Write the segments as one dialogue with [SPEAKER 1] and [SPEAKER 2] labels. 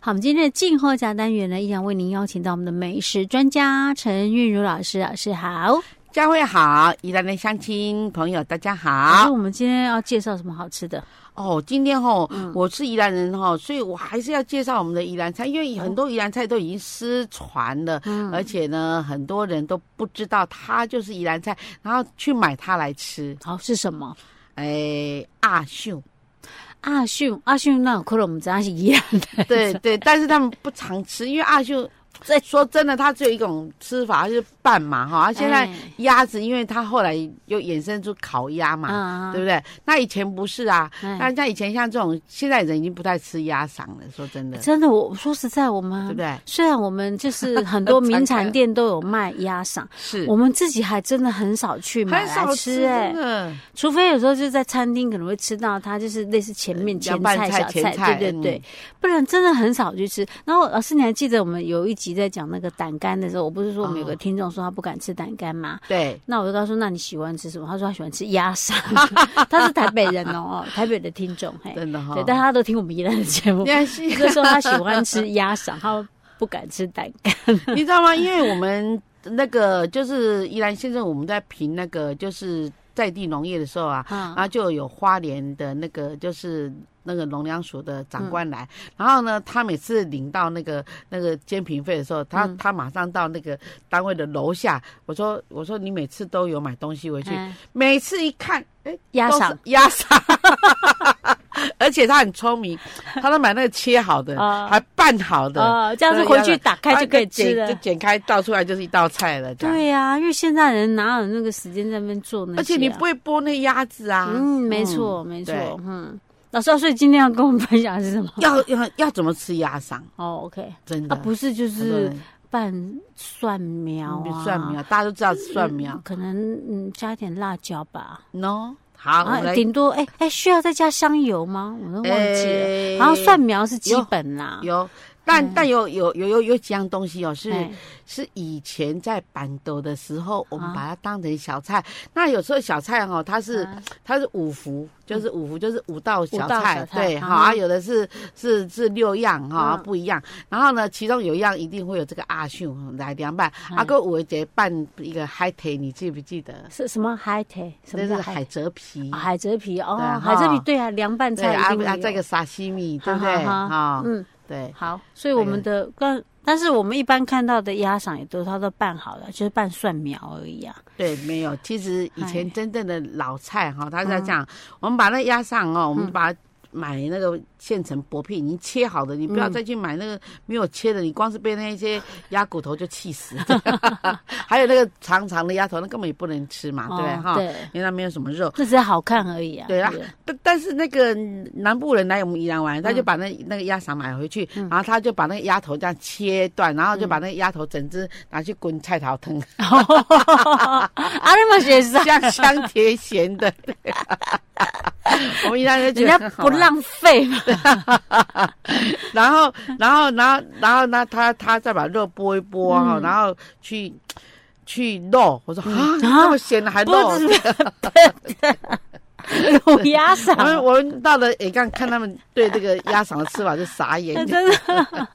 [SPEAKER 1] 好，我们今天的静候家单元呢，依然为您邀请到我们的美食专家陈韵如老师，老师好。
[SPEAKER 2] 佳慧好，宜兰的乡亲朋友大家
[SPEAKER 1] 老师，
[SPEAKER 2] 好。
[SPEAKER 1] 我们今天要介绍什么好吃的？
[SPEAKER 2] 哦，今天哦，我是宜兰人哦，所以我还是要介绍我们的宜兰菜，因为很多宜兰菜都已经失传了，而且呢，很多人都不知道它就是宜兰菜，然后去买它来吃。
[SPEAKER 1] 好是什么？
[SPEAKER 2] 哎，阿秀，
[SPEAKER 1] 阿秀，阿秀，那可能我们知道是一样的。
[SPEAKER 2] 对对，但是他们不常吃，因为阿秀。
[SPEAKER 1] 对
[SPEAKER 2] 说真的，它只有一种吃法，就是拌嘛哈。啊现在
[SPEAKER 1] 哎
[SPEAKER 2] 鸭子，因为它后来又衍生出烤鸭嘛，
[SPEAKER 1] 啊
[SPEAKER 2] 对不对？那以前不是啊，
[SPEAKER 1] 哎
[SPEAKER 2] 那像以前像这种，现在人已经不太吃鸭嗓了。说真的，
[SPEAKER 1] 真的，我我说实在，我
[SPEAKER 2] 对不
[SPEAKER 1] 们
[SPEAKER 2] 对？
[SPEAKER 1] 虽然我们就是很多名 产店都有卖鸭嗓，
[SPEAKER 2] 是
[SPEAKER 1] 我们自己还真的很少去买
[SPEAKER 2] 很
[SPEAKER 1] 来
[SPEAKER 2] 少
[SPEAKER 1] 吃
[SPEAKER 2] 吃
[SPEAKER 1] 哎、
[SPEAKER 2] 真的。
[SPEAKER 1] 除非有时候就在餐厅可能会吃到它，就是类似前面前菜、
[SPEAKER 2] 呃凉拌菜
[SPEAKER 1] 小
[SPEAKER 2] 前菜嗯
[SPEAKER 1] 对对对，不然真的很少去吃。然后老师，你还记得我们有一集在讲那个胆肝的时候，我不是说我们有个
[SPEAKER 2] 哦
[SPEAKER 1] 听众说他不敢吃胆肝吗？
[SPEAKER 2] 对，
[SPEAKER 1] 那我就跟他说，那你喜欢吃什么？他说他喜欢吃鸭嗓，他是台北人哦，哦台北的听众嘿，
[SPEAKER 2] 真的哈。
[SPEAKER 1] 哎对，但 他都听我们宜兰的节目
[SPEAKER 2] 你，看 是
[SPEAKER 1] 就说他喜欢吃鸭嗓，他不敢吃胆肝。
[SPEAKER 2] 你知道吗？因为我们那个就是宜兰现在我们在评那个就是在地农业的时候啊，然
[SPEAKER 1] 啊，
[SPEAKER 2] 后就有花莲的那个就是那个农粮署的长官
[SPEAKER 1] 嗯
[SPEAKER 2] 来，然后呢，他每次领到那个那个监评费的时候，他、
[SPEAKER 1] 嗯
[SPEAKER 2] 他马上到那个单位的楼下，我说我说你每次都有买东西回去，
[SPEAKER 1] 嗯
[SPEAKER 2] 每次一看，哎，
[SPEAKER 1] 鸭
[SPEAKER 2] 都是
[SPEAKER 1] 嗓
[SPEAKER 2] 鸭嗓。 而且他很聪明，他都买那个切好的，
[SPEAKER 1] 啊
[SPEAKER 2] 还拌好的，
[SPEAKER 1] 哦，这样子回去打开就可以吃
[SPEAKER 2] 啊
[SPEAKER 1] 了
[SPEAKER 2] 就剪就。剪开倒出来就是一道菜了。这样，
[SPEAKER 1] 对呀、因为现在人哪有那个时间在那边做那些啊、
[SPEAKER 2] 而且你不会剥那鸭子啊。
[SPEAKER 1] 嗯，没错，没错
[SPEAKER 2] 对，
[SPEAKER 1] 嗯。老师，所以今天要跟我们分享的是什么？
[SPEAKER 2] 嗯要要要怎么吃鸭嗓？
[SPEAKER 1] 哦，OK，
[SPEAKER 2] 真的，
[SPEAKER 1] 啊，不是就
[SPEAKER 2] 很多
[SPEAKER 1] 是
[SPEAKER 2] 人
[SPEAKER 1] 拌蒜苗啊，
[SPEAKER 2] 嗯蒜苗，大家都知道是蒜苗
[SPEAKER 1] 嗯。可能嗯加一点辣椒吧，
[SPEAKER 2] No，好，我
[SPEAKER 1] 啊
[SPEAKER 2] 们来，
[SPEAKER 1] 顶多哎哎需要再加香油吗？我都忘记了。
[SPEAKER 2] 哎
[SPEAKER 1] 然后蒜苗是基本啦，
[SPEAKER 2] 有，但
[SPEAKER 1] 嗯
[SPEAKER 2] 但有有有有有几样东西哦，是
[SPEAKER 1] 哎
[SPEAKER 2] 是以前在板豆的时候，我们
[SPEAKER 1] 啊
[SPEAKER 2] 把它当成小菜。那有时候小菜哦，它是
[SPEAKER 1] 啊嗯
[SPEAKER 2] 它是五福，就是五福，就是五道小
[SPEAKER 1] 五道小
[SPEAKER 2] 菜，
[SPEAKER 1] 菜
[SPEAKER 2] 对，
[SPEAKER 1] 啊
[SPEAKER 2] 好啊，有的是是是六样哈
[SPEAKER 1] 嗯，
[SPEAKER 2] 不一样。然后呢，其中有一样一定会有这个阿秀来凉拌，
[SPEAKER 1] 哎
[SPEAKER 2] 阿哥我姐拌一个海苔，你记不记得？
[SPEAKER 1] 是什么海苔？什
[SPEAKER 2] 那
[SPEAKER 1] 么
[SPEAKER 2] 是
[SPEAKER 1] 叫
[SPEAKER 2] 海蜇皮
[SPEAKER 1] 啊，海蜇皮哦
[SPEAKER 2] 对哈，
[SPEAKER 1] 海蜇皮对啊，凉拌
[SPEAKER 2] 对，
[SPEAKER 1] 菜一
[SPEAKER 2] 啊
[SPEAKER 1] 定会
[SPEAKER 2] 啊，
[SPEAKER 1] 有
[SPEAKER 2] 这个沙西米，对不对？
[SPEAKER 1] 哈哈哈
[SPEAKER 2] 啊，
[SPEAKER 1] 嗯，
[SPEAKER 2] 对，
[SPEAKER 1] 好，所以我们的但但是我们一般看到的鸭嗓也都它都拌好了，就是拌蒜苗而已啊。
[SPEAKER 2] 对，没有。其实以
[SPEAKER 1] 哎
[SPEAKER 2] 前真正的老菜哈，它是要这样，我们把那压上哦，我们把它买那个现成薄片已经切好的，你不要
[SPEAKER 1] 嗯
[SPEAKER 2] 再去买那个没有切的，你光是被那些鸭骨头就 气死。还有那个长长的鸭头，那根本也不能吃嘛，啊对不对
[SPEAKER 1] 哦
[SPEAKER 2] 哈？
[SPEAKER 1] 对，
[SPEAKER 2] 因为它没有什么肉，
[SPEAKER 1] 这只是好看而已啊。
[SPEAKER 2] 对啊
[SPEAKER 1] 不
[SPEAKER 2] 但但是那个南部人来我们宜兰玩，
[SPEAKER 1] 嗯
[SPEAKER 2] 他就把那那个鸭肠买回去，然后他就把那个鸭头这样切断，然后就把那个鸭头整只拿去滚菜桃 汤，
[SPEAKER 1] 阿里玛学 生，
[SPEAKER 2] 香香甜咸的。对我们宜兰人觉
[SPEAKER 1] 人
[SPEAKER 2] 得
[SPEAKER 1] 家
[SPEAKER 2] 很好
[SPEAKER 1] 不
[SPEAKER 2] 玩
[SPEAKER 1] 浪费嘛。
[SPEAKER 2] 然后，然后，然后，然后呢，他他再把肉剥一剥哈，
[SPEAKER 1] 嗯
[SPEAKER 2] 然后去去肉。我说啊，这么咸的还
[SPEAKER 1] 不
[SPEAKER 2] 肉？
[SPEAKER 1] 是 卤鸭
[SPEAKER 2] 我们
[SPEAKER 1] 嗓，
[SPEAKER 2] 我们到了也刚看他们对这个鸭肠的吃法就傻眼。
[SPEAKER 1] 真的。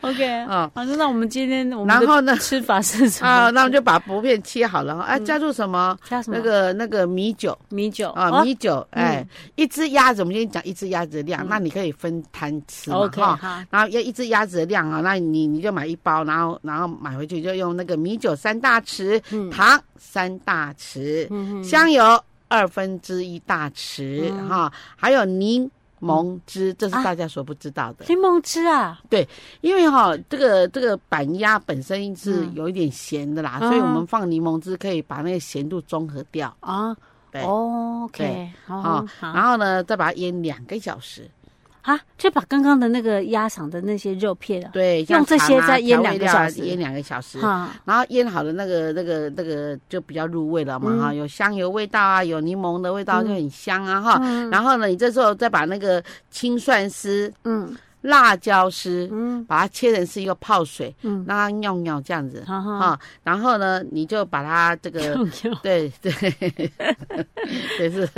[SPEAKER 1] OK，
[SPEAKER 2] 嗯
[SPEAKER 1] 好，那我们今天我们
[SPEAKER 2] 然
[SPEAKER 1] 的
[SPEAKER 2] 后呢？
[SPEAKER 1] 吃法是什
[SPEAKER 2] 啊，
[SPEAKER 1] 么？
[SPEAKER 2] 那我们就把薄片切好了哈，
[SPEAKER 1] 嗯
[SPEAKER 2] 哎，加入什么？
[SPEAKER 1] 加什么？
[SPEAKER 2] 那个那个米酒
[SPEAKER 1] 米酒
[SPEAKER 2] 啊，米酒，
[SPEAKER 1] 嗯
[SPEAKER 2] 哎，一只鸭子，我们今天讲一只鸭子的量，那你可以分摊吃嘛
[SPEAKER 1] OK
[SPEAKER 2] 哈。
[SPEAKER 1] 哈，
[SPEAKER 2] 然后要一只鸭子的量啊，那你你就买一包，然后然后买回去就用那个米酒三大匙，
[SPEAKER 1] 嗯
[SPEAKER 2] 糖三大匙，
[SPEAKER 1] 嗯嗯
[SPEAKER 2] 香油二分之一大匙
[SPEAKER 1] 嗯啊
[SPEAKER 2] 哈，还有柠檬汁，这是大家所不知道的。
[SPEAKER 1] 柠檬汁啊，
[SPEAKER 2] 因为哈、这个这个板鸭本身是
[SPEAKER 1] 嗯
[SPEAKER 2] 有一点咸的啦，
[SPEAKER 1] 嗯
[SPEAKER 2] 所以我们放柠檬汁可以把那个咸度中和掉。
[SPEAKER 1] 啊
[SPEAKER 2] 对
[SPEAKER 1] 哦，OK，
[SPEAKER 2] 对
[SPEAKER 1] 好
[SPEAKER 2] 啊
[SPEAKER 1] 好好
[SPEAKER 2] 然。后呢，再把它腌两个小时。
[SPEAKER 1] 啊，就把刚刚的那个鸭嗓的那些肉片啊，
[SPEAKER 2] 对，
[SPEAKER 1] 用
[SPEAKER 2] 像
[SPEAKER 1] 这些
[SPEAKER 2] 肠啊
[SPEAKER 1] 再腌
[SPEAKER 2] 调
[SPEAKER 1] 两
[SPEAKER 2] 味
[SPEAKER 1] 个
[SPEAKER 2] 料啊
[SPEAKER 1] 小时
[SPEAKER 2] 腌两个小时。
[SPEAKER 1] 哈，
[SPEAKER 2] 然后腌好的那个、那个、那个就比较入味了嘛
[SPEAKER 1] 嗯
[SPEAKER 2] 哈、有香油味道啊，有柠檬的味道
[SPEAKER 1] 嗯
[SPEAKER 2] 就很香啊哈、
[SPEAKER 1] 嗯
[SPEAKER 2] 然后呢，你这时候再把那个青蒜丝、
[SPEAKER 1] 嗯
[SPEAKER 2] 辣椒丝，
[SPEAKER 1] 嗯
[SPEAKER 2] 把它切成是一个泡水，
[SPEAKER 1] 嗯，
[SPEAKER 2] 让它尿尿这样子
[SPEAKER 1] 好
[SPEAKER 2] 哈、
[SPEAKER 1] 好，
[SPEAKER 2] 然后呢，你就把它这个
[SPEAKER 1] 用用
[SPEAKER 2] 对对，这是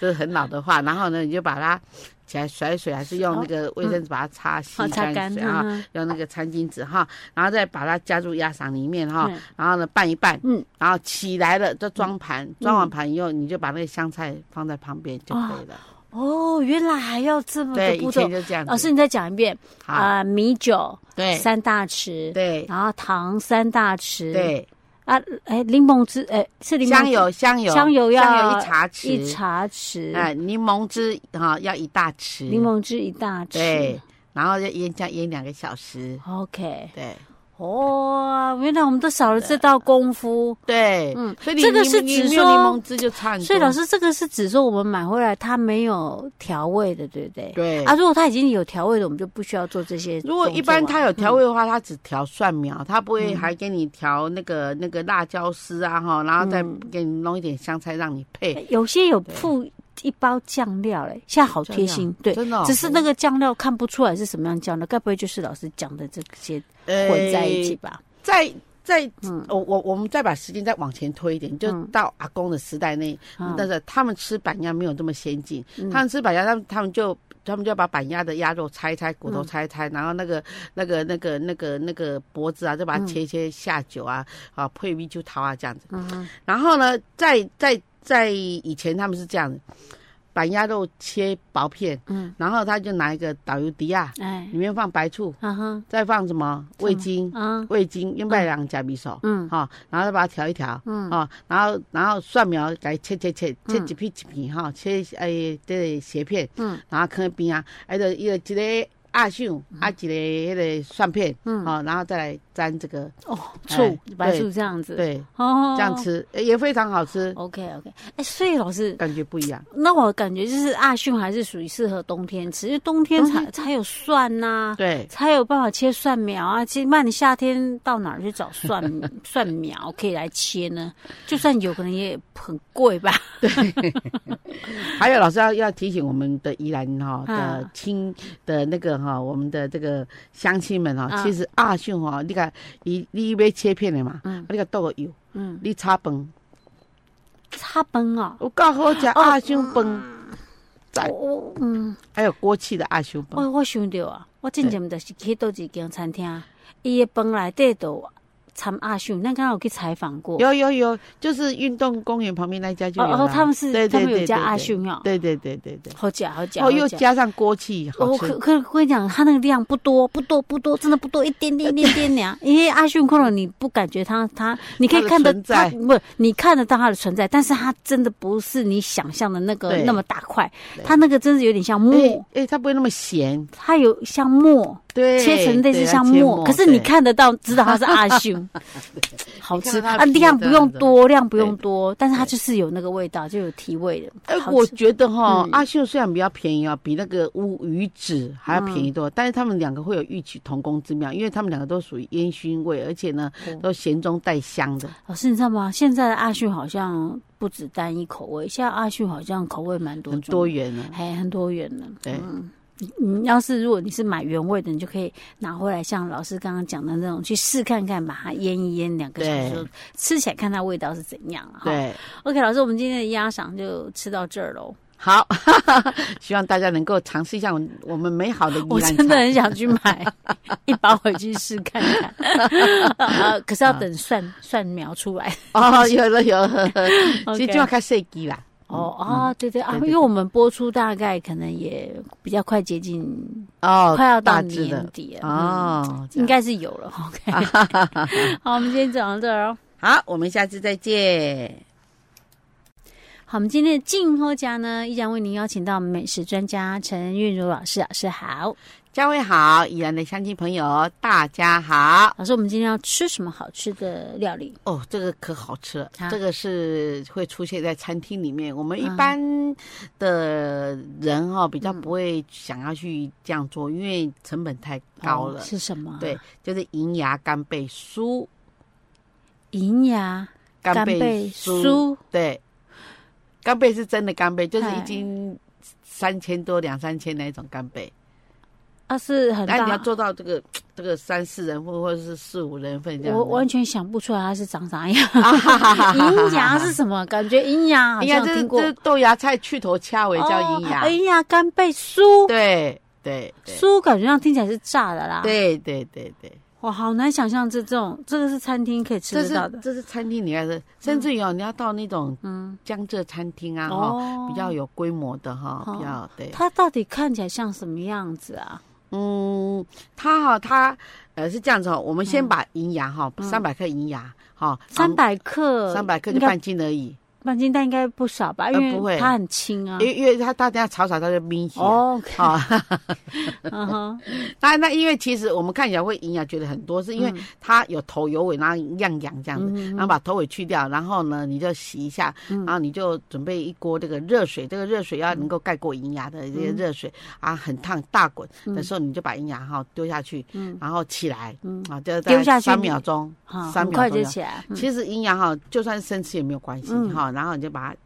[SPEAKER 2] 这是很老的话。然后呢，你就把它起来甩一甩，还是用那个卫生纸把它擦洗
[SPEAKER 1] 好哦嗯擦
[SPEAKER 2] 干啊
[SPEAKER 1] 干
[SPEAKER 2] 水哈，
[SPEAKER 1] 嗯
[SPEAKER 2] 用那个餐巾纸哈，然后再把它加入鸭嗓里面哈
[SPEAKER 1] 嗯，
[SPEAKER 2] 然后呢拌一拌，
[SPEAKER 1] 嗯，
[SPEAKER 2] 然后起来了就装盘，装完盘以后你就把那个香菜放在旁边就可以了。
[SPEAKER 1] 哦，原来还要这么多
[SPEAKER 2] 对，
[SPEAKER 1] 步
[SPEAKER 2] 以
[SPEAKER 1] 骤
[SPEAKER 2] 前。就这样子。
[SPEAKER 1] 老师，你再讲一遍
[SPEAKER 2] 好，
[SPEAKER 1] 哦啊、米酒
[SPEAKER 2] 对
[SPEAKER 1] 三大匙，
[SPEAKER 2] 对
[SPEAKER 1] 然后糖三大匙，
[SPEAKER 2] 对，
[SPEAKER 1] 啊，哎，柠檬汁，哎，是柠檬
[SPEAKER 2] 香油香油
[SPEAKER 1] 香油要
[SPEAKER 2] 香油一茶匙，
[SPEAKER 1] 一茶匙，
[SPEAKER 2] 哎，柠檬汁哈要一大匙，
[SPEAKER 1] 柠檬汁一大匙，
[SPEAKER 2] 对，然后就腌这样腌两个小时，
[SPEAKER 1] OK，
[SPEAKER 2] 对
[SPEAKER 1] 哦，原来我们都少了这道功夫。
[SPEAKER 2] 对，
[SPEAKER 1] 嗯
[SPEAKER 2] 所以你
[SPEAKER 1] 这个
[SPEAKER 2] 你
[SPEAKER 1] 是
[SPEAKER 2] 你
[SPEAKER 1] 指
[SPEAKER 2] 没有
[SPEAKER 1] 说
[SPEAKER 2] 柠檬汁就差很多，
[SPEAKER 1] 所以老师，这个是指说我们买回来它没有调味的，对不对？
[SPEAKER 2] 对
[SPEAKER 1] 啊，如果它已经有调味的，我们就不需要做这些动作啊。
[SPEAKER 2] 如果一般它有调味的话，它只调蒜苗，它不会还给你调那个那个辣椒丝啊哈，然后再给你弄一点香菜让你配，
[SPEAKER 1] 哎，有些有附一包酱料嘞，现在好贴心，对。
[SPEAKER 2] 真的哦
[SPEAKER 1] 只是那个酱料看不出来是什么样酱料，该不会就是老师讲的这些
[SPEAKER 2] 呃
[SPEAKER 1] 混在一起吧？
[SPEAKER 2] 再再，我我我们再把时间再往前推一点，就到阿公的时代那，
[SPEAKER 1] 嗯
[SPEAKER 2] 但是他们吃板鸭没有这么先进，
[SPEAKER 1] 嗯
[SPEAKER 2] 他们吃板鸭，他们他们就。他们就把板鸭的鸭肉拆一拆，骨
[SPEAKER 1] 嗯
[SPEAKER 2] 头拆一拆，然后那个、那个、那个、那个、那个脖子啊，就把它切一切下酒啊，啊配米酒桃啊这样子。
[SPEAKER 1] 嗯哼，
[SPEAKER 2] 然后呢，在在在以前他们是这样的，板鸭肉切薄片，
[SPEAKER 1] 嗯，
[SPEAKER 2] 然后他就拿一个导游迪亚，
[SPEAKER 1] 哎，
[SPEAKER 2] 里面放白醋，
[SPEAKER 1] 啊哈，
[SPEAKER 2] 再放什么味精，
[SPEAKER 1] 啊，
[SPEAKER 2] 味精用麦两加米手，
[SPEAKER 1] 嗯
[SPEAKER 2] 哈、然后再把它调一调，
[SPEAKER 1] 嗯
[SPEAKER 2] 哦，然后然后蒜苗给它切切切切几片几片哈，切诶这斜片，
[SPEAKER 1] 嗯，
[SPEAKER 2] 然后放在边啊，哎，就一个一个鸭酱，啊一个迄个蒜片，
[SPEAKER 1] 嗯
[SPEAKER 2] 哦，然后再来沾这个，
[SPEAKER 1] 哦，
[SPEAKER 2] 哎
[SPEAKER 1] 醋白
[SPEAKER 2] 对
[SPEAKER 1] 醋这样子，，
[SPEAKER 2] 对，
[SPEAKER 1] 哦，
[SPEAKER 2] 这样吃诶也非常好吃，
[SPEAKER 1] OK OK，哎、所以老师，
[SPEAKER 2] 感觉不一样。
[SPEAKER 1] 那我感觉就是阿迅还是属于适合冬天吃，因为冬天才才有蒜呐、
[SPEAKER 2] 对，
[SPEAKER 1] 才有办法切蒜苗啊。其实，那你夏天到哪儿去找 蒜蒜苗可以来切呢？就算有可能也很贵吧。
[SPEAKER 2] 还有老师要要提醒我们的宜兰哈
[SPEAKER 1] 啊
[SPEAKER 2] 的亲的那个哈，我们的这个乡亲们哈，
[SPEAKER 1] 啊
[SPEAKER 2] 其实鸭酱哈，你看你你要切片的嘛，啊
[SPEAKER 1] 嗯
[SPEAKER 2] 你个倒个油，
[SPEAKER 1] 嗯，
[SPEAKER 2] 你炒饭。
[SPEAKER 1] 插崩哦，嗯
[SPEAKER 2] 有够好食阿香饭，在
[SPEAKER 1] 我我嗯，
[SPEAKER 2] 还有锅气的阿香饭。
[SPEAKER 1] 我我想到啊，我之前就是去到一间餐厅，啊伊的饭内底都有掺阿迅，那刚刚有去采访过。
[SPEAKER 2] 有有有，就是运动公园旁边那家就
[SPEAKER 1] 哦
[SPEAKER 2] 有
[SPEAKER 1] 哦
[SPEAKER 2] 啦，
[SPEAKER 1] 他们是
[SPEAKER 2] 对
[SPEAKER 1] 他
[SPEAKER 2] 对
[SPEAKER 1] 们有
[SPEAKER 2] 对
[SPEAKER 1] 加
[SPEAKER 2] 对
[SPEAKER 1] 阿
[SPEAKER 2] 对
[SPEAKER 1] 迅哦，
[SPEAKER 2] 对对对对对，
[SPEAKER 1] 好假好假，
[SPEAKER 2] 哦，
[SPEAKER 1] 好
[SPEAKER 2] 又
[SPEAKER 1] 假
[SPEAKER 2] 加上锅气，好
[SPEAKER 1] 我
[SPEAKER 2] 吃
[SPEAKER 1] 哦可。可可跟你讲，它那个量不多，不多，不多，真的不多，一点点，一点点量。因为阿迅克隆，你不感觉它它，你可以看得
[SPEAKER 2] 它的存在
[SPEAKER 1] 它不，你看得到它的存在，但是它真的不是你想象的那个
[SPEAKER 2] 对
[SPEAKER 1] 那么大块
[SPEAKER 2] 对，
[SPEAKER 1] 它那个真是有点像
[SPEAKER 2] 哎
[SPEAKER 1] 沫，
[SPEAKER 2] 哎，它不会那么咸，
[SPEAKER 1] 它有像沫，
[SPEAKER 2] 对，
[SPEAKER 1] 切成类似
[SPEAKER 2] 对
[SPEAKER 1] 像
[SPEAKER 2] 它切
[SPEAKER 1] 沫，可是你
[SPEAKER 2] 对
[SPEAKER 1] 看得到，知道它是阿 迅，好吃
[SPEAKER 2] 你看到它
[SPEAKER 1] 啊，
[SPEAKER 2] 皮
[SPEAKER 1] 量
[SPEAKER 2] 这
[SPEAKER 1] 不
[SPEAKER 2] 样
[SPEAKER 1] 用
[SPEAKER 2] 子
[SPEAKER 1] 多，量不用
[SPEAKER 2] 对
[SPEAKER 1] 多，但是它就是有那个味道，就有提味
[SPEAKER 2] 哎
[SPEAKER 1] 的，，好
[SPEAKER 2] 我
[SPEAKER 1] 吃
[SPEAKER 2] 觉得哈
[SPEAKER 1] 嗯，
[SPEAKER 2] 阿秀虽然比较便宜啊，比那个乌鱼子还要
[SPEAKER 1] 嗯
[SPEAKER 2] 便宜多，但是他们两个会有异曲同工之妙，因为他们两个都属于烟熏味，而且呢
[SPEAKER 1] 哦，
[SPEAKER 2] 都咸中带香的。
[SPEAKER 1] 老师，你知道吗？现在的阿迅好像不止单一口味，现在阿迅好像口味蛮多
[SPEAKER 2] 很
[SPEAKER 1] 种，嗯
[SPEAKER 2] 多元呢。
[SPEAKER 1] 还很多元的。
[SPEAKER 2] 对，
[SPEAKER 1] 你要是如果你是买原味的，你就可以拿回来，像老师刚刚讲的那种，去试看看，把它腌一腌两个小时
[SPEAKER 2] 对，
[SPEAKER 1] 吃起来看它味道是怎样啊。哈
[SPEAKER 2] 对，
[SPEAKER 1] ，OK，老师，我们今天的鸭赏就吃到这儿喽。
[SPEAKER 2] 好， 希望大家能够尝试一下我们我们美好的宜
[SPEAKER 1] 我
[SPEAKER 2] 兰
[SPEAKER 1] 真的
[SPEAKER 2] 菜
[SPEAKER 1] 很想去买 一包回去试看看， 呃，可是要等蒜蒜苗出来。
[SPEAKER 2] 哦，有了有 了，其
[SPEAKER 1] OK
[SPEAKER 2] 实就要看设计啦。
[SPEAKER 1] 哦啊，对对啊，
[SPEAKER 2] 嗯对
[SPEAKER 1] 因
[SPEAKER 2] 对
[SPEAKER 1] 为我们播出大概可能也比较快接近
[SPEAKER 2] 哦，
[SPEAKER 1] 快要到
[SPEAKER 2] 大致
[SPEAKER 1] 年
[SPEAKER 2] 的
[SPEAKER 1] 底了，嗯，
[SPEAKER 2] 哦，这
[SPEAKER 1] 应
[SPEAKER 2] 样
[SPEAKER 1] 该是有了。OK，好，我们今天讲到这儿哦。
[SPEAKER 2] 好，我们下次再见。
[SPEAKER 1] 好，我们今天的静候家呢，依然为您邀请到美食专家陈韵如老师，老师好，
[SPEAKER 2] 嘉惠好，宜兰的乡亲朋友大家好。
[SPEAKER 1] 老师，我们今天要吃什么好吃的料理？
[SPEAKER 2] 哦，这个可好吃了，
[SPEAKER 1] 啊嗯
[SPEAKER 2] 这个是会出现在餐厅里面。我们一般的人哈、比较不会想要去这样做，因为成本太高
[SPEAKER 1] 哦
[SPEAKER 2] 了。
[SPEAKER 1] 是什么？
[SPEAKER 2] 对，，就是银芽干贝酥，
[SPEAKER 1] 银芽干贝酥，
[SPEAKER 2] 对，干贝是真的干贝，就是
[SPEAKER 1] 嗨
[SPEAKER 2] 一斤三千多、两三千那一种干贝。
[SPEAKER 1] 啊，是很
[SPEAKER 2] 那
[SPEAKER 1] 大，
[SPEAKER 2] 你要做到这个这个三四人份或者是四五人份这样子。
[SPEAKER 1] 我完全想不出来它是长 啥样。
[SPEAKER 2] 啊哈哈哈哈
[SPEAKER 1] 银芽是什么？感觉银芽好
[SPEAKER 2] 银芽
[SPEAKER 1] 像
[SPEAKER 2] 这是
[SPEAKER 1] 听过
[SPEAKER 2] 这是。豆芽菜去头掐尾叫银
[SPEAKER 1] 哦
[SPEAKER 2] 芽，
[SPEAKER 1] 银芽干贝酥，
[SPEAKER 2] 对对对
[SPEAKER 1] 酥感觉上听起来是炸的啦。，
[SPEAKER 2] 对对对对，
[SPEAKER 1] 哇，好难想象这这种，这个是餐厅可以吃
[SPEAKER 2] 这
[SPEAKER 1] 得
[SPEAKER 2] 是
[SPEAKER 1] 到的。
[SPEAKER 2] 这是餐厅里面的，甚至于哦，你要到那种
[SPEAKER 1] 嗯，
[SPEAKER 2] 江浙餐厅啊哈，
[SPEAKER 1] 哦
[SPEAKER 2] 比较有规模的哈，
[SPEAKER 1] 哦
[SPEAKER 2] 比较对，
[SPEAKER 1] 它到底看起来像什么样子啊？
[SPEAKER 2] 嗯，它哈它呃是这样子哦，我们先把银芽哈三百克银芽哈
[SPEAKER 1] 嗯
[SPEAKER 2] 嗯
[SPEAKER 1] 三百克，
[SPEAKER 2] 三百克
[SPEAKER 1] 应
[SPEAKER 2] 就
[SPEAKER 1] 该
[SPEAKER 2] 半斤而已，
[SPEAKER 1] 半斤蛋应该不少吧？因
[SPEAKER 2] 呃
[SPEAKER 1] 为
[SPEAKER 2] 不会
[SPEAKER 1] 它很轻啊
[SPEAKER 2] 因。为因为它大家炒炒它就冰起来。
[SPEAKER 1] 哦，
[SPEAKER 2] 啊，
[SPEAKER 1] 嗯哼，
[SPEAKER 2] 那那因为其实我们看起来会银芽觉得很多，是因为
[SPEAKER 1] 嗯
[SPEAKER 2] 它有头有尾，然后样样这样子，然后把头尾去掉，然后呢你就洗一下，
[SPEAKER 1] 嗯
[SPEAKER 2] 然后你就准备一锅这个热水，这个热水要能够盖过银芽的这
[SPEAKER 1] 嗯
[SPEAKER 2] 些热水啊，很烫大滚的时候，你就把银芽哈丢下去，然后起来，啊，就大
[SPEAKER 1] 嗯
[SPEAKER 2] 概
[SPEAKER 1] 丢下去
[SPEAKER 2] 三秒钟
[SPEAKER 1] 好，，
[SPEAKER 2] 三
[SPEAKER 1] 嗯很
[SPEAKER 2] 秒
[SPEAKER 1] 快
[SPEAKER 2] 钟
[SPEAKER 1] 就
[SPEAKER 2] 就好。
[SPEAKER 1] 起来，嗯
[SPEAKER 2] 其实银芽哈，就算生吃也没有关系
[SPEAKER 1] 嗯
[SPEAKER 2] 哈，然后你就把它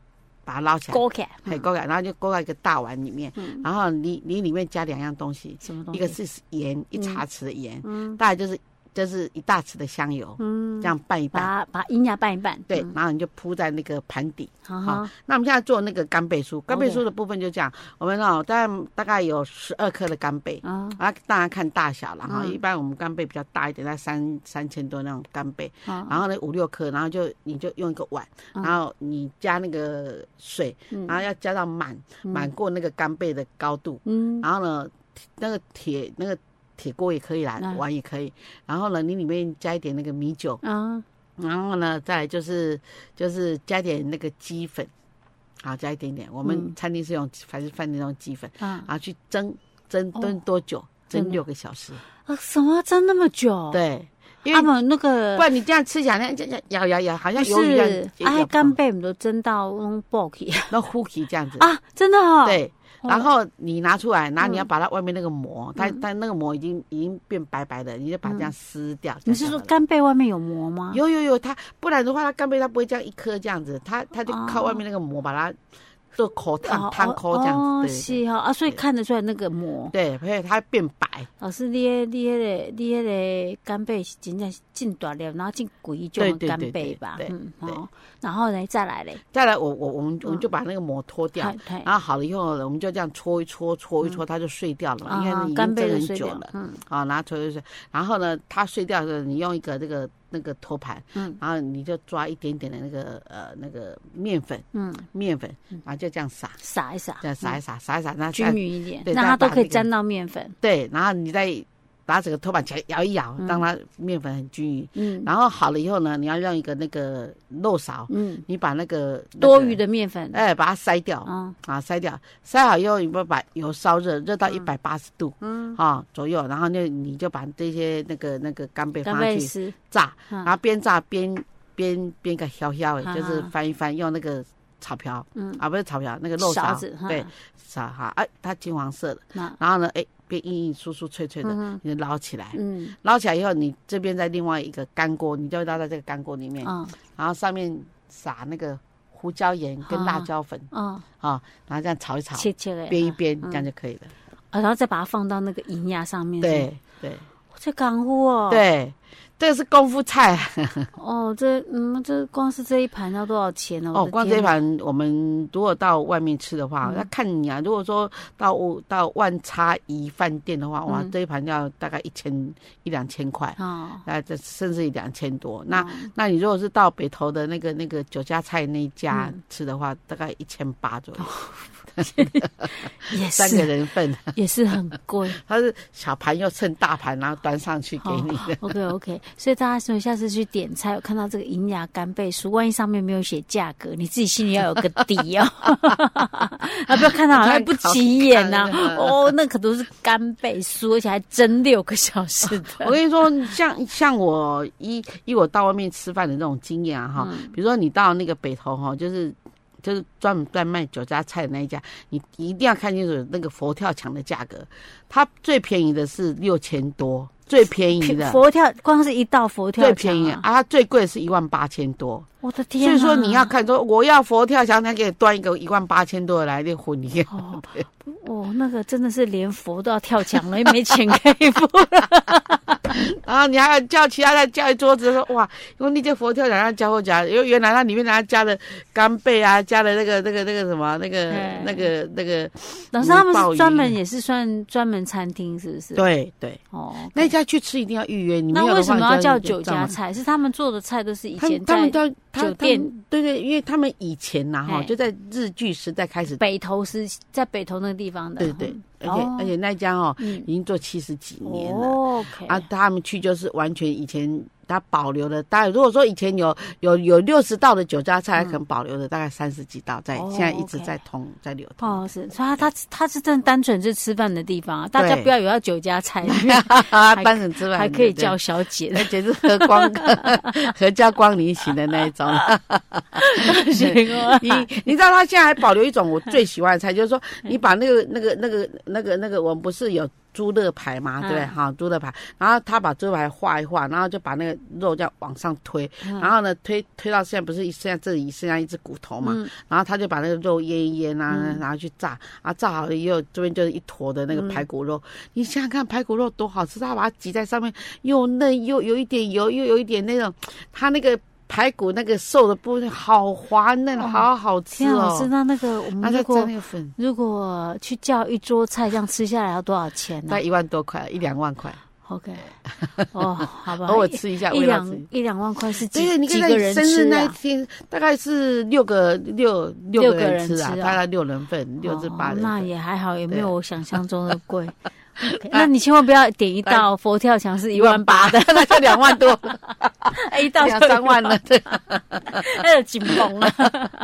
[SPEAKER 2] 把它捞起来，
[SPEAKER 1] 勾嗯起来。嗯
[SPEAKER 2] 还勾起来，然后就勾到一个大碗里面，然后你你里面加两样东西，
[SPEAKER 1] 什么东
[SPEAKER 2] 一
[SPEAKER 1] 西？
[SPEAKER 2] 个是盐，一茶匙的盐，大概就是就是一大匙的香油，
[SPEAKER 1] 嗯
[SPEAKER 2] 这样拌一拌，
[SPEAKER 1] 把把银牙拌一拌，啊
[SPEAKER 2] 对
[SPEAKER 1] 嗯，，
[SPEAKER 2] 然后你就铺在那个盘底。
[SPEAKER 1] 好
[SPEAKER 2] 好
[SPEAKER 1] 好，，
[SPEAKER 2] 那我们现在做那个干贝
[SPEAKER 1] 哦
[SPEAKER 2] 酥，干贝酥的部分就这样，我们哦大概大概有十二颗的干贝。
[SPEAKER 1] 啊，
[SPEAKER 2] 啊，当然看大小了哈。
[SPEAKER 1] 嗯
[SPEAKER 2] 一般我们干贝比较大一点，在三三千多那种干贝，
[SPEAKER 1] 好，
[SPEAKER 2] 然后呢五六颗，然后就你就用一个碗，
[SPEAKER 1] 嗯
[SPEAKER 2] 然后你加那个水，
[SPEAKER 1] 嗯
[SPEAKER 2] 然后要加到满满过那个干贝的高度，
[SPEAKER 1] 嗯，
[SPEAKER 2] 然后呢，那个铁那个铁锅也可以啦
[SPEAKER 1] 嗯，
[SPEAKER 2] 碗也可以。然后呢，你里面加一点那个米酒，
[SPEAKER 1] 啊，
[SPEAKER 2] 然后呢，再来就是就是加点那个鸡粉，好加一点点。我们
[SPEAKER 1] 嗯
[SPEAKER 2] 餐厅是用还是饭店用鸡粉，
[SPEAKER 1] 啊
[SPEAKER 2] 然后去蒸蒸
[SPEAKER 1] 哦
[SPEAKER 2] 炖多久？蒸
[SPEAKER 1] 真的
[SPEAKER 2] 六个小时。
[SPEAKER 1] 啊，什么蒸那么久？，
[SPEAKER 2] 对，因
[SPEAKER 1] 他
[SPEAKER 2] 为
[SPEAKER 1] 啊们那
[SPEAKER 2] 不
[SPEAKER 1] 个
[SPEAKER 2] 然你这样吃起来，那这样咬咬咬，好像
[SPEAKER 1] 不
[SPEAKER 2] 鱿鱼一样
[SPEAKER 1] 是，
[SPEAKER 2] 也咬
[SPEAKER 1] 哎，
[SPEAKER 2] 不
[SPEAKER 1] 干
[SPEAKER 2] 动
[SPEAKER 1] 贝我们都蒸到用 b o k
[SPEAKER 2] 哦那呼起这样子。
[SPEAKER 1] 啊，真的哦，，
[SPEAKER 2] 对，
[SPEAKER 1] 哦
[SPEAKER 2] 然后你拿出来，然后你要
[SPEAKER 1] 嗯
[SPEAKER 2] 把它外面那个膜，它它那个膜已经已经变白白的，你就把它这样撕掉。
[SPEAKER 1] 嗯你是
[SPEAKER 2] 这样
[SPEAKER 1] 说
[SPEAKER 2] 就好了？
[SPEAKER 1] 干贝外面有膜吗？
[SPEAKER 2] 有有有，它不然的话，它干贝它不会这样一颗这样子，它它就靠外面那个膜把它做口
[SPEAKER 1] 哦
[SPEAKER 2] 烫烫口这
[SPEAKER 1] 哦
[SPEAKER 2] 样子。
[SPEAKER 1] 是哈啊，所以
[SPEAKER 2] 对
[SPEAKER 1] 看得出来那个膜。
[SPEAKER 2] 对对，所以它变白。
[SPEAKER 1] 老师，你迄、你迄、个、你迄个干贝是真正是真大粒，然后真贵种
[SPEAKER 2] 对对对
[SPEAKER 1] 干贝吧，
[SPEAKER 2] 对对
[SPEAKER 1] 嗯，
[SPEAKER 2] 对
[SPEAKER 1] 好，然后呢再来嘞，
[SPEAKER 2] 再来，我我我们我们
[SPEAKER 1] 嗯哎
[SPEAKER 2] 就把那个膜脱掉
[SPEAKER 1] 嗨。嗨
[SPEAKER 2] 然后好了以后呢，我们就这样搓一搓，搓一搓，它就碎掉了嘛，因为
[SPEAKER 1] 嗯啊
[SPEAKER 2] 已
[SPEAKER 1] 干
[SPEAKER 2] 经
[SPEAKER 1] 贝
[SPEAKER 2] 蒸
[SPEAKER 1] 的
[SPEAKER 2] 很
[SPEAKER 1] 碎
[SPEAKER 2] 久
[SPEAKER 1] 掉
[SPEAKER 2] 了。
[SPEAKER 1] 嗯
[SPEAKER 2] 啊，拿锤锤锤，然后呢，它碎掉的时候，你用一个这个那个托盘，
[SPEAKER 1] 嗯，
[SPEAKER 2] 然后你就抓一点点的那个呃那个面粉，
[SPEAKER 1] 嗯，
[SPEAKER 2] 面粉，然后就这样撒，
[SPEAKER 1] 撒一撒，嗯
[SPEAKER 2] 这样撒一撒，撒一撒，那
[SPEAKER 1] 均
[SPEAKER 2] 再
[SPEAKER 1] 匀一点，
[SPEAKER 2] 对
[SPEAKER 1] 让
[SPEAKER 2] 再
[SPEAKER 1] 它都
[SPEAKER 2] 把
[SPEAKER 1] 可以
[SPEAKER 2] 那个
[SPEAKER 1] 沾到面粉，
[SPEAKER 2] 对，然后你再把整个托盘起来摇一摇，让它面粉很均匀。
[SPEAKER 1] 嗯
[SPEAKER 2] 然后好了以后呢，你要用一个那个漏勺，
[SPEAKER 1] 嗯，
[SPEAKER 2] 你把那个那
[SPEAKER 1] 多
[SPEAKER 2] 个
[SPEAKER 1] 余的面粉，
[SPEAKER 2] 哎把它筛掉，
[SPEAKER 1] 嗯
[SPEAKER 2] 啊，筛掉，筛好以后，你不要把油烧热，热到一百八十度，嗯，啊左右，然后那你就把这些那个那个干贝
[SPEAKER 1] 干
[SPEAKER 2] 放
[SPEAKER 1] 贝
[SPEAKER 2] 上去
[SPEAKER 1] 丝，
[SPEAKER 2] 炸，
[SPEAKER 1] 嗯
[SPEAKER 2] 然后边炸边边边个削削的，
[SPEAKER 1] 哈
[SPEAKER 2] 就是
[SPEAKER 1] 哈
[SPEAKER 2] 翻一翻，用那个草瓢，
[SPEAKER 1] 嗯
[SPEAKER 2] 啊不是草瓢，那个肉
[SPEAKER 1] 勺
[SPEAKER 2] 勺
[SPEAKER 1] 子，
[SPEAKER 2] 对
[SPEAKER 1] 哈，
[SPEAKER 2] 勺哈，哎它金黄色的，
[SPEAKER 1] 那
[SPEAKER 2] 然后呢，哎变硬硬酥酥脆脆的，
[SPEAKER 1] 嗯
[SPEAKER 2] 你就捞起来。
[SPEAKER 1] 嗯
[SPEAKER 2] 捞起来以后，你这边在另外一个干锅，你就捞到这个干锅里面，
[SPEAKER 1] 嗯
[SPEAKER 2] 然后上面撒那个胡椒盐跟辣
[SPEAKER 1] 哈
[SPEAKER 2] 椒粉，
[SPEAKER 1] 嗯，
[SPEAKER 2] 啊，然后这样炒一炒，
[SPEAKER 1] 切嗯切嘞，
[SPEAKER 2] 煸一
[SPEAKER 1] 哈
[SPEAKER 2] 煸，这样就可以了。
[SPEAKER 1] 啊然后再把它放到那个银牙上面，是吗，
[SPEAKER 2] 对对
[SPEAKER 1] 这干货嗯哦，
[SPEAKER 2] 对，这个是功夫菜
[SPEAKER 1] 哦，这嗯这光是这一盘要多少钱呢？我
[SPEAKER 2] 哦。
[SPEAKER 1] 的
[SPEAKER 2] 光
[SPEAKER 1] 天啊嗯
[SPEAKER 2] 这一
[SPEAKER 1] 哪
[SPEAKER 2] 盘，我们如果到外面吃的话，要看你啊。如果说到到万差怡饭店的话，
[SPEAKER 1] 嗯
[SPEAKER 2] 哇，这一盘要大概一千一两千块。
[SPEAKER 1] 哦。
[SPEAKER 2] 啊，这甚至于两千多。那
[SPEAKER 1] 哦
[SPEAKER 2] 那你如果是到北投的那个那个酒家菜那一家
[SPEAKER 1] 嗯
[SPEAKER 2] 吃的话，大概一千八左右，
[SPEAKER 1] 也
[SPEAKER 2] 三个
[SPEAKER 1] 哦是
[SPEAKER 2] 人份。
[SPEAKER 1] 也是很贵。
[SPEAKER 2] 它是小盘又称大盘，然后端上去给
[SPEAKER 1] 好
[SPEAKER 2] 你的。
[SPEAKER 1] OK OK，所哦以大家所以下次去点菜，有看到这个银牙干贝酥，万一上面没有写价格，你自己心里要有个底 哦，啊，不要看到好像不起眼 呐、
[SPEAKER 2] 看看
[SPEAKER 1] 哦，那可都是干贝酥，而且还蒸六个小时
[SPEAKER 2] 我
[SPEAKER 1] 的。
[SPEAKER 2] 跟你说，像像我以以我到外面吃饭的那种经验啊，哈、
[SPEAKER 1] 嗯
[SPEAKER 2] 比如说你到那个北投哈，就是就是专门在卖酒家菜的那一家，你一定要看清楚那个佛跳墙的价格，它最便宜的是六千多，最便宜的。
[SPEAKER 1] 佛跳光是一道佛跳
[SPEAKER 2] 最
[SPEAKER 1] 墙
[SPEAKER 2] 便宜啊，
[SPEAKER 1] 啊，
[SPEAKER 2] 它最贵的是一万八千多，
[SPEAKER 1] 我的天、
[SPEAKER 2] 所
[SPEAKER 1] 啊！
[SPEAKER 2] 以说你要看说我要佛跳墙，他给你端一个一万八千多的来那混一样。
[SPEAKER 1] 哦，哦，那个真的是连佛都要跳墙了，也没钱可以 付了。
[SPEAKER 2] 然后你还要叫其他的叫一桌子说哇，因为那些佛跳墙上加或加，因为原来它里面它加了干贝啊，加了那个那个那个什么那个
[SPEAKER 1] 对
[SPEAKER 2] 那个那个，
[SPEAKER 1] 老师他们是专门
[SPEAKER 2] 鲍鱼
[SPEAKER 1] 也是算专门餐厅，是不是？
[SPEAKER 2] 对对，
[SPEAKER 1] 哦，
[SPEAKER 2] 那家去吃一定要预约，你
[SPEAKER 1] 那
[SPEAKER 2] 没有啊的
[SPEAKER 1] 为什
[SPEAKER 2] 话
[SPEAKER 1] 么要
[SPEAKER 2] 就
[SPEAKER 1] 叫
[SPEAKER 2] 预约
[SPEAKER 1] 酒
[SPEAKER 2] 知道
[SPEAKER 1] 家
[SPEAKER 2] 吗
[SPEAKER 1] 菜？是他们做的菜都是以
[SPEAKER 2] 他们
[SPEAKER 1] 前
[SPEAKER 2] 他
[SPEAKER 1] 在
[SPEAKER 2] 们到他
[SPEAKER 1] 酒
[SPEAKER 2] 他
[SPEAKER 1] 店
[SPEAKER 2] 们对对，因为他们以前呐哈，
[SPEAKER 1] 哎
[SPEAKER 2] 就在日剧时代开始，
[SPEAKER 1] 北投是在北投那个地方的，
[SPEAKER 2] 对对，而且
[SPEAKER 1] 哦
[SPEAKER 2] 而且那家哦
[SPEAKER 1] 嗯，
[SPEAKER 2] 已经做七十几年了。
[SPEAKER 1] 哦，OK，
[SPEAKER 2] 啊，他们去就是完全以前他保留了，大概如果说以前有有有六十道的酒家菜，
[SPEAKER 1] 嗯
[SPEAKER 2] 可能保留了大概三十几道在，
[SPEAKER 1] 哦
[SPEAKER 2] 现在一直
[SPEAKER 1] OK
[SPEAKER 2] 在通在流 通。
[SPEAKER 1] 哦，是，所以他他他是真的单纯是吃饭的地方啊，大家
[SPEAKER 2] 对
[SPEAKER 1] 不要有要酒家 菜，
[SPEAKER 2] 啊，
[SPEAKER 1] 还
[SPEAKER 2] 班人之外
[SPEAKER 1] 还可以
[SPEAKER 2] 对
[SPEAKER 1] 叫小姐的
[SPEAKER 2] 而且是和光 合家光临型的那一种。
[SPEAKER 1] 行 哦
[SPEAKER 2] 你你知道他现在还保留一种我最喜欢的菜，就是说你把那个那个那个那个那个，我们不是有猪肋排嘛，对不对？
[SPEAKER 1] 嗯
[SPEAKER 2] 哈，猪肋排，然后他把猪肋排画一画，然后就把那个肉这样往上推，然后呢推推到现在不是剩下这里剩下一只骨头嘛，
[SPEAKER 1] 嗯
[SPEAKER 2] 然后他就把那个肉腌一腌啊，然后去炸啊，炸好了以后这边就是一坨的那个排骨肉，
[SPEAKER 1] 嗯
[SPEAKER 2] 你想想看排骨肉多好吃，他把它挤在上面，又嫩又有一点油，又有一点那种，他那个排骨那个瘦的部分好滑嫩，
[SPEAKER 1] 哦
[SPEAKER 2] 好好吃
[SPEAKER 1] 天啊，老师，
[SPEAKER 2] 哦。
[SPEAKER 1] 那那个我
[SPEAKER 2] 他
[SPEAKER 1] 们
[SPEAKER 2] 在
[SPEAKER 1] 如
[SPEAKER 2] 蘸
[SPEAKER 1] 果
[SPEAKER 2] 那个粉，
[SPEAKER 1] 如果去叫一桌菜这样吃下来要多少钱呢
[SPEAKER 2] 大概一万多块，一两万块，
[SPEAKER 1] ？OK，哦，好吧，
[SPEAKER 2] 偶尔吃一下，
[SPEAKER 1] 一
[SPEAKER 2] 为了自
[SPEAKER 1] 两
[SPEAKER 2] 己。
[SPEAKER 1] 一两万块是
[SPEAKER 2] 对
[SPEAKER 1] 几
[SPEAKER 2] 对，你
[SPEAKER 1] 几
[SPEAKER 2] 看
[SPEAKER 1] 个
[SPEAKER 2] 在
[SPEAKER 1] 人
[SPEAKER 2] 生日
[SPEAKER 1] 吃
[SPEAKER 2] 那一
[SPEAKER 1] 啊？
[SPEAKER 2] 天，大概是六个六六
[SPEAKER 1] 六个
[SPEAKER 2] 个人
[SPEAKER 1] 人
[SPEAKER 2] 吃啊，
[SPEAKER 1] 吃啊
[SPEAKER 2] 大概六人份，六至八
[SPEAKER 1] 哦
[SPEAKER 2] 人
[SPEAKER 1] 那
[SPEAKER 2] 份。
[SPEAKER 1] 也还好，也没
[SPEAKER 2] 对啊
[SPEAKER 1] 有我想象中的贵。OK，那你千万不要点一道佛跳墙是一万八的，
[SPEAKER 2] 那就两万 多，
[SPEAKER 1] 一道
[SPEAKER 2] 两三万了。对，
[SPEAKER 1] 那就紧 绷 了。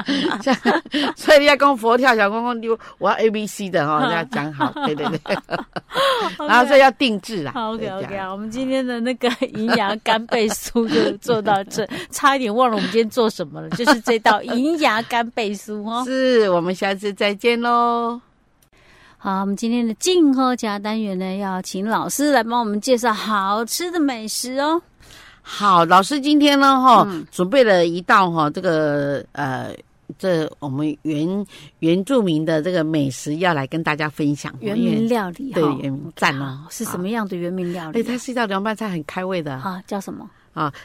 [SPEAKER 2] 所以你要跟佛跳墙公公丢，我要 A B C 的哦，要讲 好，对对对。然后所以要定制啊。
[SPEAKER 1] 好，OK
[SPEAKER 2] 对这
[SPEAKER 1] OK
[SPEAKER 2] 样
[SPEAKER 1] 啊，我们今天的那个 营养干贝酥就做到这，差一点忘了我们今天做什么了，就是这 道营养干贝酥哦。
[SPEAKER 2] 是我们下次再见喽。
[SPEAKER 1] 好，我们今天的静喝家单元呢，要请老师来帮我们介绍好吃的美食哦。
[SPEAKER 2] 好，老师今天呢，哈、
[SPEAKER 1] 嗯
[SPEAKER 2] 准备了一道哈，这个呃，这我们原原住民的这个美食要来跟大家分享。
[SPEAKER 1] 原
[SPEAKER 2] 因为
[SPEAKER 1] 名料理哈
[SPEAKER 2] 对，原民赞哦
[SPEAKER 1] 是什？么样的原名料
[SPEAKER 2] 哎、
[SPEAKER 1] 理
[SPEAKER 2] 它是一道凉拌菜，很开胃的啊
[SPEAKER 1] 啊？叫什么？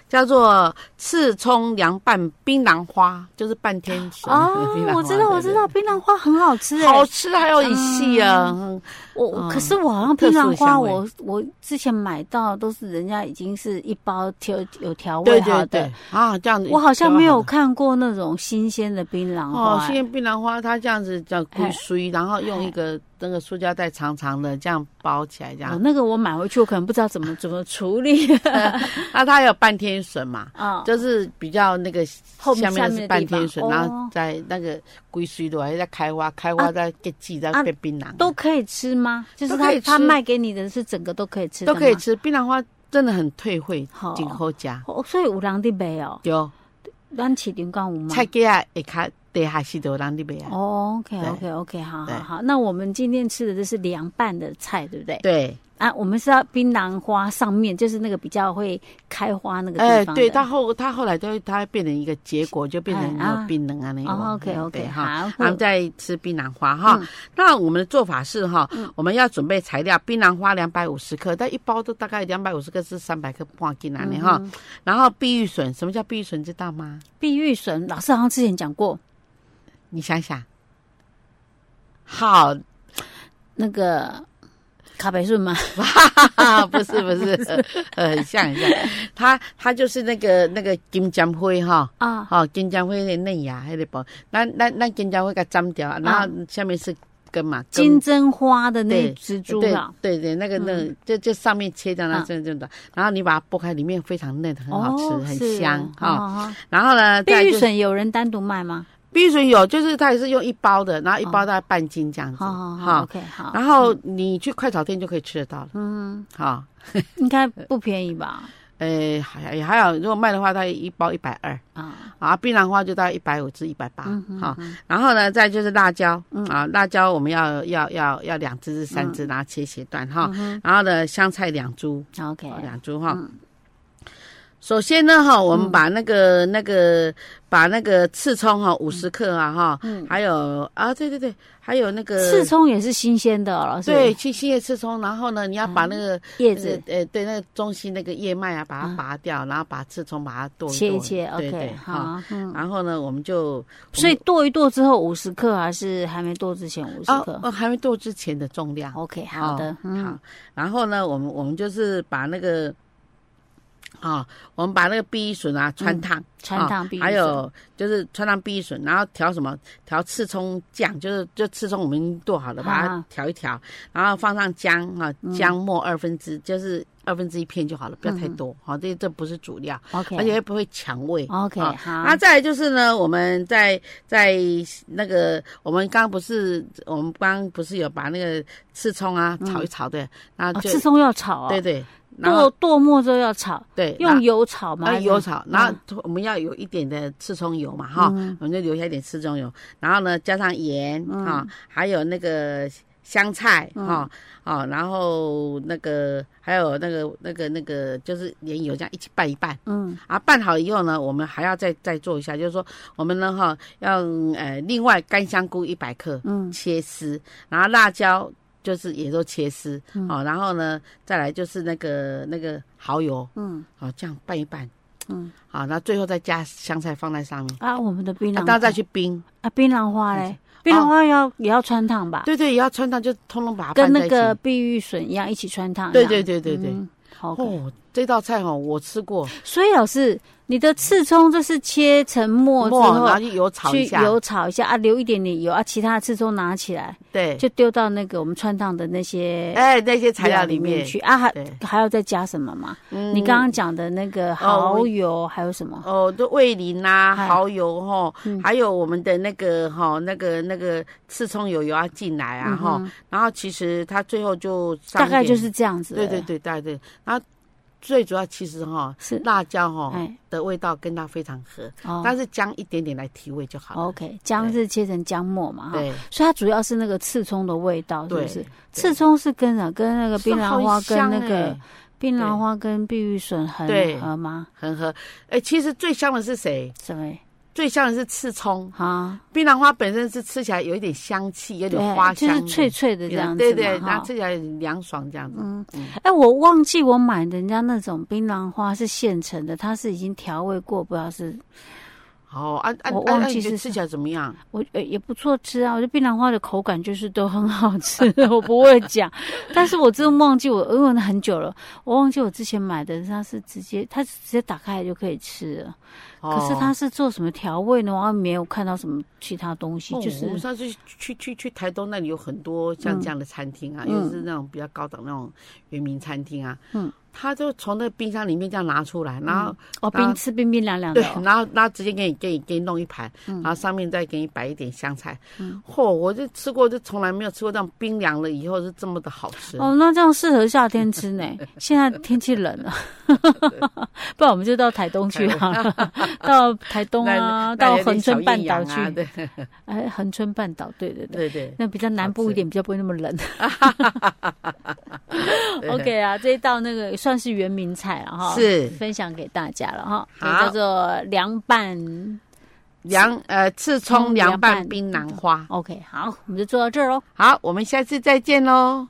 [SPEAKER 2] 叫做刺葱凉拌槟榔花，就是半天熟的 槟榔
[SPEAKER 1] 哦，
[SPEAKER 2] 花
[SPEAKER 1] 我知道，我
[SPEAKER 2] 对
[SPEAKER 1] 知道，槟榔花很好吃
[SPEAKER 2] 对
[SPEAKER 1] 哎。
[SPEAKER 2] 好吃，还有很细啊。嗯
[SPEAKER 1] 我
[SPEAKER 2] 嗯
[SPEAKER 1] 我可是我好像
[SPEAKER 2] 特
[SPEAKER 1] 槟
[SPEAKER 2] 殊的
[SPEAKER 1] 榔花，
[SPEAKER 2] 香味
[SPEAKER 1] 我我之前买到都是人家已经是一包调有调味
[SPEAKER 2] 对
[SPEAKER 1] 好
[SPEAKER 2] 对
[SPEAKER 1] 的，
[SPEAKER 2] 对，啊，这样子
[SPEAKER 1] 我好像没有哎
[SPEAKER 2] 看。
[SPEAKER 1] 看过那种新鲜的槟榔花、
[SPEAKER 2] 哦，现在哦槟榔花它这样子叫
[SPEAKER 1] 哎
[SPEAKER 2] 龟水，然后用一个那个塑胶袋长长的这样包起来，这
[SPEAKER 1] 哦
[SPEAKER 2] 样。
[SPEAKER 1] 那个我买回去，我可能不知道怎么怎么处 理
[SPEAKER 2] 那它有半天笋嘛，
[SPEAKER 1] 啊。
[SPEAKER 2] 就是比较那个
[SPEAKER 1] 后
[SPEAKER 2] 下
[SPEAKER 1] 面
[SPEAKER 2] 面的
[SPEAKER 1] 下面
[SPEAKER 2] 是
[SPEAKER 1] 的
[SPEAKER 2] 半
[SPEAKER 1] 地方
[SPEAKER 2] 天笋，
[SPEAKER 1] 哦
[SPEAKER 2] 然后在那个龟水的还在开花，开花再结季再变槟榔，
[SPEAKER 1] 啊都可以吃吗？就是
[SPEAKER 2] 都
[SPEAKER 1] 他
[SPEAKER 2] 可以吃
[SPEAKER 1] 他卖给你的是整个都可以吃的
[SPEAKER 2] 都
[SPEAKER 1] 吗，
[SPEAKER 2] 可以吃。槟榔花真的很退会
[SPEAKER 1] 好，
[SPEAKER 2] 紧后加
[SPEAKER 1] 哦。所以有人的卖哦，
[SPEAKER 2] 有
[SPEAKER 1] 咱市场讲有吗？
[SPEAKER 2] 菜粿啊，也卡地下是都让你买啊。
[SPEAKER 1] 哦，OK
[SPEAKER 2] 对
[SPEAKER 1] OK OK，好
[SPEAKER 2] 对
[SPEAKER 1] 好好。那我们今天吃的这是凉拌的菜，对不对？
[SPEAKER 2] 对，
[SPEAKER 1] 啊，我们是要槟榔花上面，就是那个比较会开花那个
[SPEAKER 2] 哎
[SPEAKER 1] 地，方的。哦
[SPEAKER 2] 对，它后它后来都它变成一个结果，就变成
[SPEAKER 1] 哎啊
[SPEAKER 2] 有槟榔啊那种。
[SPEAKER 1] 哦，OK OK，
[SPEAKER 2] 对哈。
[SPEAKER 1] 好，嗯
[SPEAKER 2] 我们再吃槟榔花哈。那我们的做法是哈，我们要准备材料：槟榔花两百五十克，但一包都大概两百五十克至三百克半斤啊，你哈。
[SPEAKER 1] 嗯
[SPEAKER 2] 然后碧玉笋，什么叫碧玉笋？知道吗？
[SPEAKER 1] 碧玉笋，老师好像之前讲过，
[SPEAKER 2] 你想想，好，
[SPEAKER 1] 那个卡培顺吗？
[SPEAKER 2] 不是不是， 呃，很像很像，它它就是那个那个金针灰哈。
[SPEAKER 1] 啊，
[SPEAKER 2] 好、哦金针花的嫩芽，迄个不，咱咱咱金针花给它斩掉，然后下面是根嘛，根
[SPEAKER 1] 啊金针花的那
[SPEAKER 2] 对
[SPEAKER 1] 植株
[SPEAKER 2] 对
[SPEAKER 1] 啊，
[SPEAKER 2] 对对，那个那个，就就上面切掉，然后这样这样的，然后你把它剥开，里面非常嫩，很好吃，
[SPEAKER 1] 哦
[SPEAKER 2] 很
[SPEAKER 1] 是
[SPEAKER 2] 香哈。
[SPEAKER 1] 哦哦
[SPEAKER 2] 然后呢，
[SPEAKER 1] 碧
[SPEAKER 2] 再来
[SPEAKER 1] 玉
[SPEAKER 2] 就是
[SPEAKER 1] 笋有人单独卖吗？
[SPEAKER 2] 碧玉笋有，就是它也是用一包的，然后一
[SPEAKER 1] 哦
[SPEAKER 2] 包大概半斤这样子
[SPEAKER 1] 好好好
[SPEAKER 2] 哈。
[SPEAKER 1] 哦，OK，好，哦
[SPEAKER 2] 然后你去快炒店就可以吃得到了，
[SPEAKER 1] 嗯，
[SPEAKER 2] 哈。
[SPEAKER 1] 应该不便宜吧？
[SPEAKER 2] 呃，还还好，如果卖的话，它一包一百二
[SPEAKER 1] 啊，
[SPEAKER 2] 啊，槟榔花就大概一百五至一百八
[SPEAKER 1] 嗯，嗯
[SPEAKER 2] 哈。
[SPEAKER 1] 嗯
[SPEAKER 2] 然后呢，再就是辣椒，啊，辣椒我们要要要要两只至三
[SPEAKER 1] 嗯
[SPEAKER 2] 只，然后切斜段哈。然后呢，香菜两株，
[SPEAKER 1] ，OK，
[SPEAKER 2] 哦，两株哈。首先呢，哈，
[SPEAKER 1] 嗯
[SPEAKER 2] 我们把那个、那个把那个刺葱哈五十克啊哈，还有啊，对对对，还有那个
[SPEAKER 1] 嗯刺葱也是新鲜的哦，老师。
[SPEAKER 2] 对，去新叶刺葱，然后呢，你要把那个
[SPEAKER 1] 叶子嗯
[SPEAKER 2] 呃，呃对，那个中心那个叶脉啊，把它拔掉，然后把刺葱把它剁
[SPEAKER 1] 切一
[SPEAKER 2] 剁
[SPEAKER 1] 切
[SPEAKER 2] 对对
[SPEAKER 1] ，OK，
[SPEAKER 2] 哈。
[SPEAKER 1] 好。嗯
[SPEAKER 2] 然后呢，我们就
[SPEAKER 1] 所以剁一剁之后五十克，还是还没剁之前五十
[SPEAKER 2] 啊
[SPEAKER 1] 克
[SPEAKER 2] 哦，还没剁之前的重量。
[SPEAKER 1] ？OK，好的，嗯
[SPEAKER 2] 好，然后呢，我们我们就是把那个啊、我们把那个碧玉笋啊穿烫，哦
[SPEAKER 1] 穿烫必须
[SPEAKER 2] 还有就是穿烫碧玉笋，然后调什么？调刺葱酱，就是就刺葱我们已经剁好了，把它
[SPEAKER 1] 啊
[SPEAKER 2] 调一调，然后放上姜啊，姜末二分之，就是二分之一片就好了，不要太多。好、这这不是主料，
[SPEAKER 1] OK，
[SPEAKER 2] 而且又不会抢味。
[SPEAKER 1] OK，
[SPEAKER 2] 啊
[SPEAKER 1] 好
[SPEAKER 2] 那，再来就是呢，我们在在那个，我们刚刚不是我们刚刚不是有把那个刺葱啊炒一炒的，那
[SPEAKER 1] 嗯哦
[SPEAKER 2] 就、
[SPEAKER 1] 刺葱要炒哦，
[SPEAKER 2] 对对，然
[SPEAKER 1] 剁
[SPEAKER 2] 后
[SPEAKER 1] 剁末之后要炒，
[SPEAKER 2] 对
[SPEAKER 1] 用油炒吗？嗯
[SPEAKER 2] 那哎
[SPEAKER 1] 还是
[SPEAKER 2] 油炒，哦然后我们要有一点的刺葱油
[SPEAKER 1] 嗯
[SPEAKER 2] 嘛哈，我们就留下一点刺葱油，然后呢加上盐
[SPEAKER 1] 嗯
[SPEAKER 2] 啊，还有那个香菜哈哦，然后那个还有那个那个那个就是盐油这样一起拌一拌。
[SPEAKER 1] 嗯
[SPEAKER 2] 啊，拌好以后呢，我们还要再再做一下，就是说我们呢哈要呃另外干香菇一百克
[SPEAKER 1] 嗯
[SPEAKER 2] 切丝，然后辣椒就是也都切丝，
[SPEAKER 1] 嗯
[SPEAKER 2] 好、然后呢再来就是那个那个蚝油，
[SPEAKER 1] 嗯
[SPEAKER 2] 好、这样拌一拌，
[SPEAKER 1] 嗯，
[SPEAKER 2] 好，那最后再加香菜放在上面，
[SPEAKER 1] 啊，我们的槟
[SPEAKER 2] 那、
[SPEAKER 1] 榔
[SPEAKER 2] 然后再去嗯冰，
[SPEAKER 1] 啊，槟榔花嘞，槟榔花要也要穿烫吧？
[SPEAKER 2] 对对，也要穿上就通通把它
[SPEAKER 1] 啊跟
[SPEAKER 2] 拌在
[SPEAKER 1] 那
[SPEAKER 2] 一起
[SPEAKER 1] 个，碧玉笋一样一起穿烫。
[SPEAKER 2] 对对对对对，
[SPEAKER 1] 好。OK
[SPEAKER 2] 哦，这道菜哦，我吃过，
[SPEAKER 1] 所以老师，你的刺葱这是切成末之
[SPEAKER 2] 末然后
[SPEAKER 1] 后
[SPEAKER 2] 去油炒一
[SPEAKER 1] 去
[SPEAKER 2] 下，
[SPEAKER 1] 油炒一下啊，留一点点油啊，其他的刺葱拿起来
[SPEAKER 2] 对，
[SPEAKER 1] 就丢到那个我们穿烫的那些
[SPEAKER 2] 哎那些材料
[SPEAKER 1] 里
[SPEAKER 2] 里面
[SPEAKER 1] 去，啊，还
[SPEAKER 2] 对，
[SPEAKER 1] 还要再加什么吗？
[SPEAKER 2] 嗯
[SPEAKER 1] 你刚刚讲的那个蚝
[SPEAKER 2] 哦我
[SPEAKER 1] 油还有什么？
[SPEAKER 2] 哦，都味淋啦、
[SPEAKER 1] 哎
[SPEAKER 2] 蚝油哈，还有我们的那个哈、那个那个刺葱油油要进来啊哈、然后其实它最后就
[SPEAKER 1] 嗯
[SPEAKER 2] 上
[SPEAKER 1] 大
[SPEAKER 2] 一
[SPEAKER 1] 概
[SPEAKER 2] 点
[SPEAKER 1] 就是这样子。
[SPEAKER 2] 对对对对对，然后最主要其实哈、
[SPEAKER 1] 是
[SPEAKER 2] 辣椒哈、
[SPEAKER 1] 哎
[SPEAKER 2] 的味道跟它非常合，
[SPEAKER 1] 哦
[SPEAKER 2] 哦但是姜一点点来提味就好了。
[SPEAKER 1] OK，姜啊是切成姜末嘛哈，
[SPEAKER 2] 对，
[SPEAKER 1] 所以它主要是那个刺葱的味道，是不
[SPEAKER 2] 对
[SPEAKER 1] 是？刺葱是跟啊跟那个槟榔花
[SPEAKER 2] 是
[SPEAKER 1] 跟
[SPEAKER 2] 好
[SPEAKER 1] 那
[SPEAKER 2] 香
[SPEAKER 1] 个
[SPEAKER 2] 哎
[SPEAKER 1] 槟榔花跟碧玉笋很
[SPEAKER 2] 对
[SPEAKER 1] 合吗？
[SPEAKER 2] 很合。哎，其实最香的是谁？
[SPEAKER 1] 什么
[SPEAKER 2] 最香的是刺葱，
[SPEAKER 1] 啊？
[SPEAKER 2] 槟榔花本身是吃起来有一点香气，有点花
[SPEAKER 1] 对，就是
[SPEAKER 2] 香，
[SPEAKER 1] 脆脆的这样子嘛
[SPEAKER 2] 对对，然
[SPEAKER 1] 哈
[SPEAKER 2] 后。吃起来很凉爽这样子。
[SPEAKER 1] 哎，我忘记我买人家那种槟榔花是现成的，它是已经调味过，不知道是
[SPEAKER 2] 哦，啊啊，
[SPEAKER 1] 我
[SPEAKER 2] 啊
[SPEAKER 1] 忘
[SPEAKER 2] 啊
[SPEAKER 1] 记
[SPEAKER 2] 你觉得
[SPEAKER 1] 是
[SPEAKER 2] 吃起来怎么样？
[SPEAKER 1] 我呃也不错吃啊，我觉得槟榔花的口感就是都很好吃，我不会讲。但是我真忘记我，因为很久了，我忘记我之前买的它是直接，它是直接打开来就可以吃了。可是它
[SPEAKER 2] 哦
[SPEAKER 1] 是做什么调味呢？我没有看到什么其他东西，
[SPEAKER 2] 哦
[SPEAKER 1] 就是嗯
[SPEAKER 2] 我们上次去去去去台东那里有很多像这样的餐厅啊，又是那种比较高档那种原民餐厅啊，
[SPEAKER 1] 嗯，
[SPEAKER 2] 他就从那冰箱里面这样拿出来，然后
[SPEAKER 1] 哦冰吃冰冰凉凉的
[SPEAKER 2] 对
[SPEAKER 1] 哦、，嗯
[SPEAKER 2] 然后然后直接给你给你给你弄一盘，然后上面再给你摆一点香菜，嚯，我就吃过，就从来没有吃过这样冰凉了以后是这么的好吃。
[SPEAKER 1] 哦，那这样适合夏天吃 呢。现在天气冷了， 不然我们就到台东去好了，到台东啊，
[SPEAKER 2] 那
[SPEAKER 1] 到
[SPEAKER 2] 那有点
[SPEAKER 1] 恒
[SPEAKER 2] 小
[SPEAKER 1] 春半
[SPEAKER 2] 艳
[SPEAKER 1] 岛
[SPEAKER 2] 阳
[SPEAKER 1] 去。
[SPEAKER 2] 啊对
[SPEAKER 1] 哎，恒春半岛，对对对。
[SPEAKER 2] 对对
[SPEAKER 1] 那比较南部一点，比较不会那么 冷。
[SPEAKER 2] 对
[SPEAKER 1] OK 啊，这一道那个算是原名菜了哈，
[SPEAKER 2] 是
[SPEAKER 1] 分享给大家了哈，
[SPEAKER 2] 好
[SPEAKER 1] 叫做凉拌。
[SPEAKER 2] 凉呃刺葱
[SPEAKER 1] 嗯葱凉
[SPEAKER 2] 凉拌
[SPEAKER 1] 拌嗯
[SPEAKER 2] 槟榔花，
[SPEAKER 1] OK，好，我们就做到这儿喽。
[SPEAKER 2] 好，我们下次再见喽。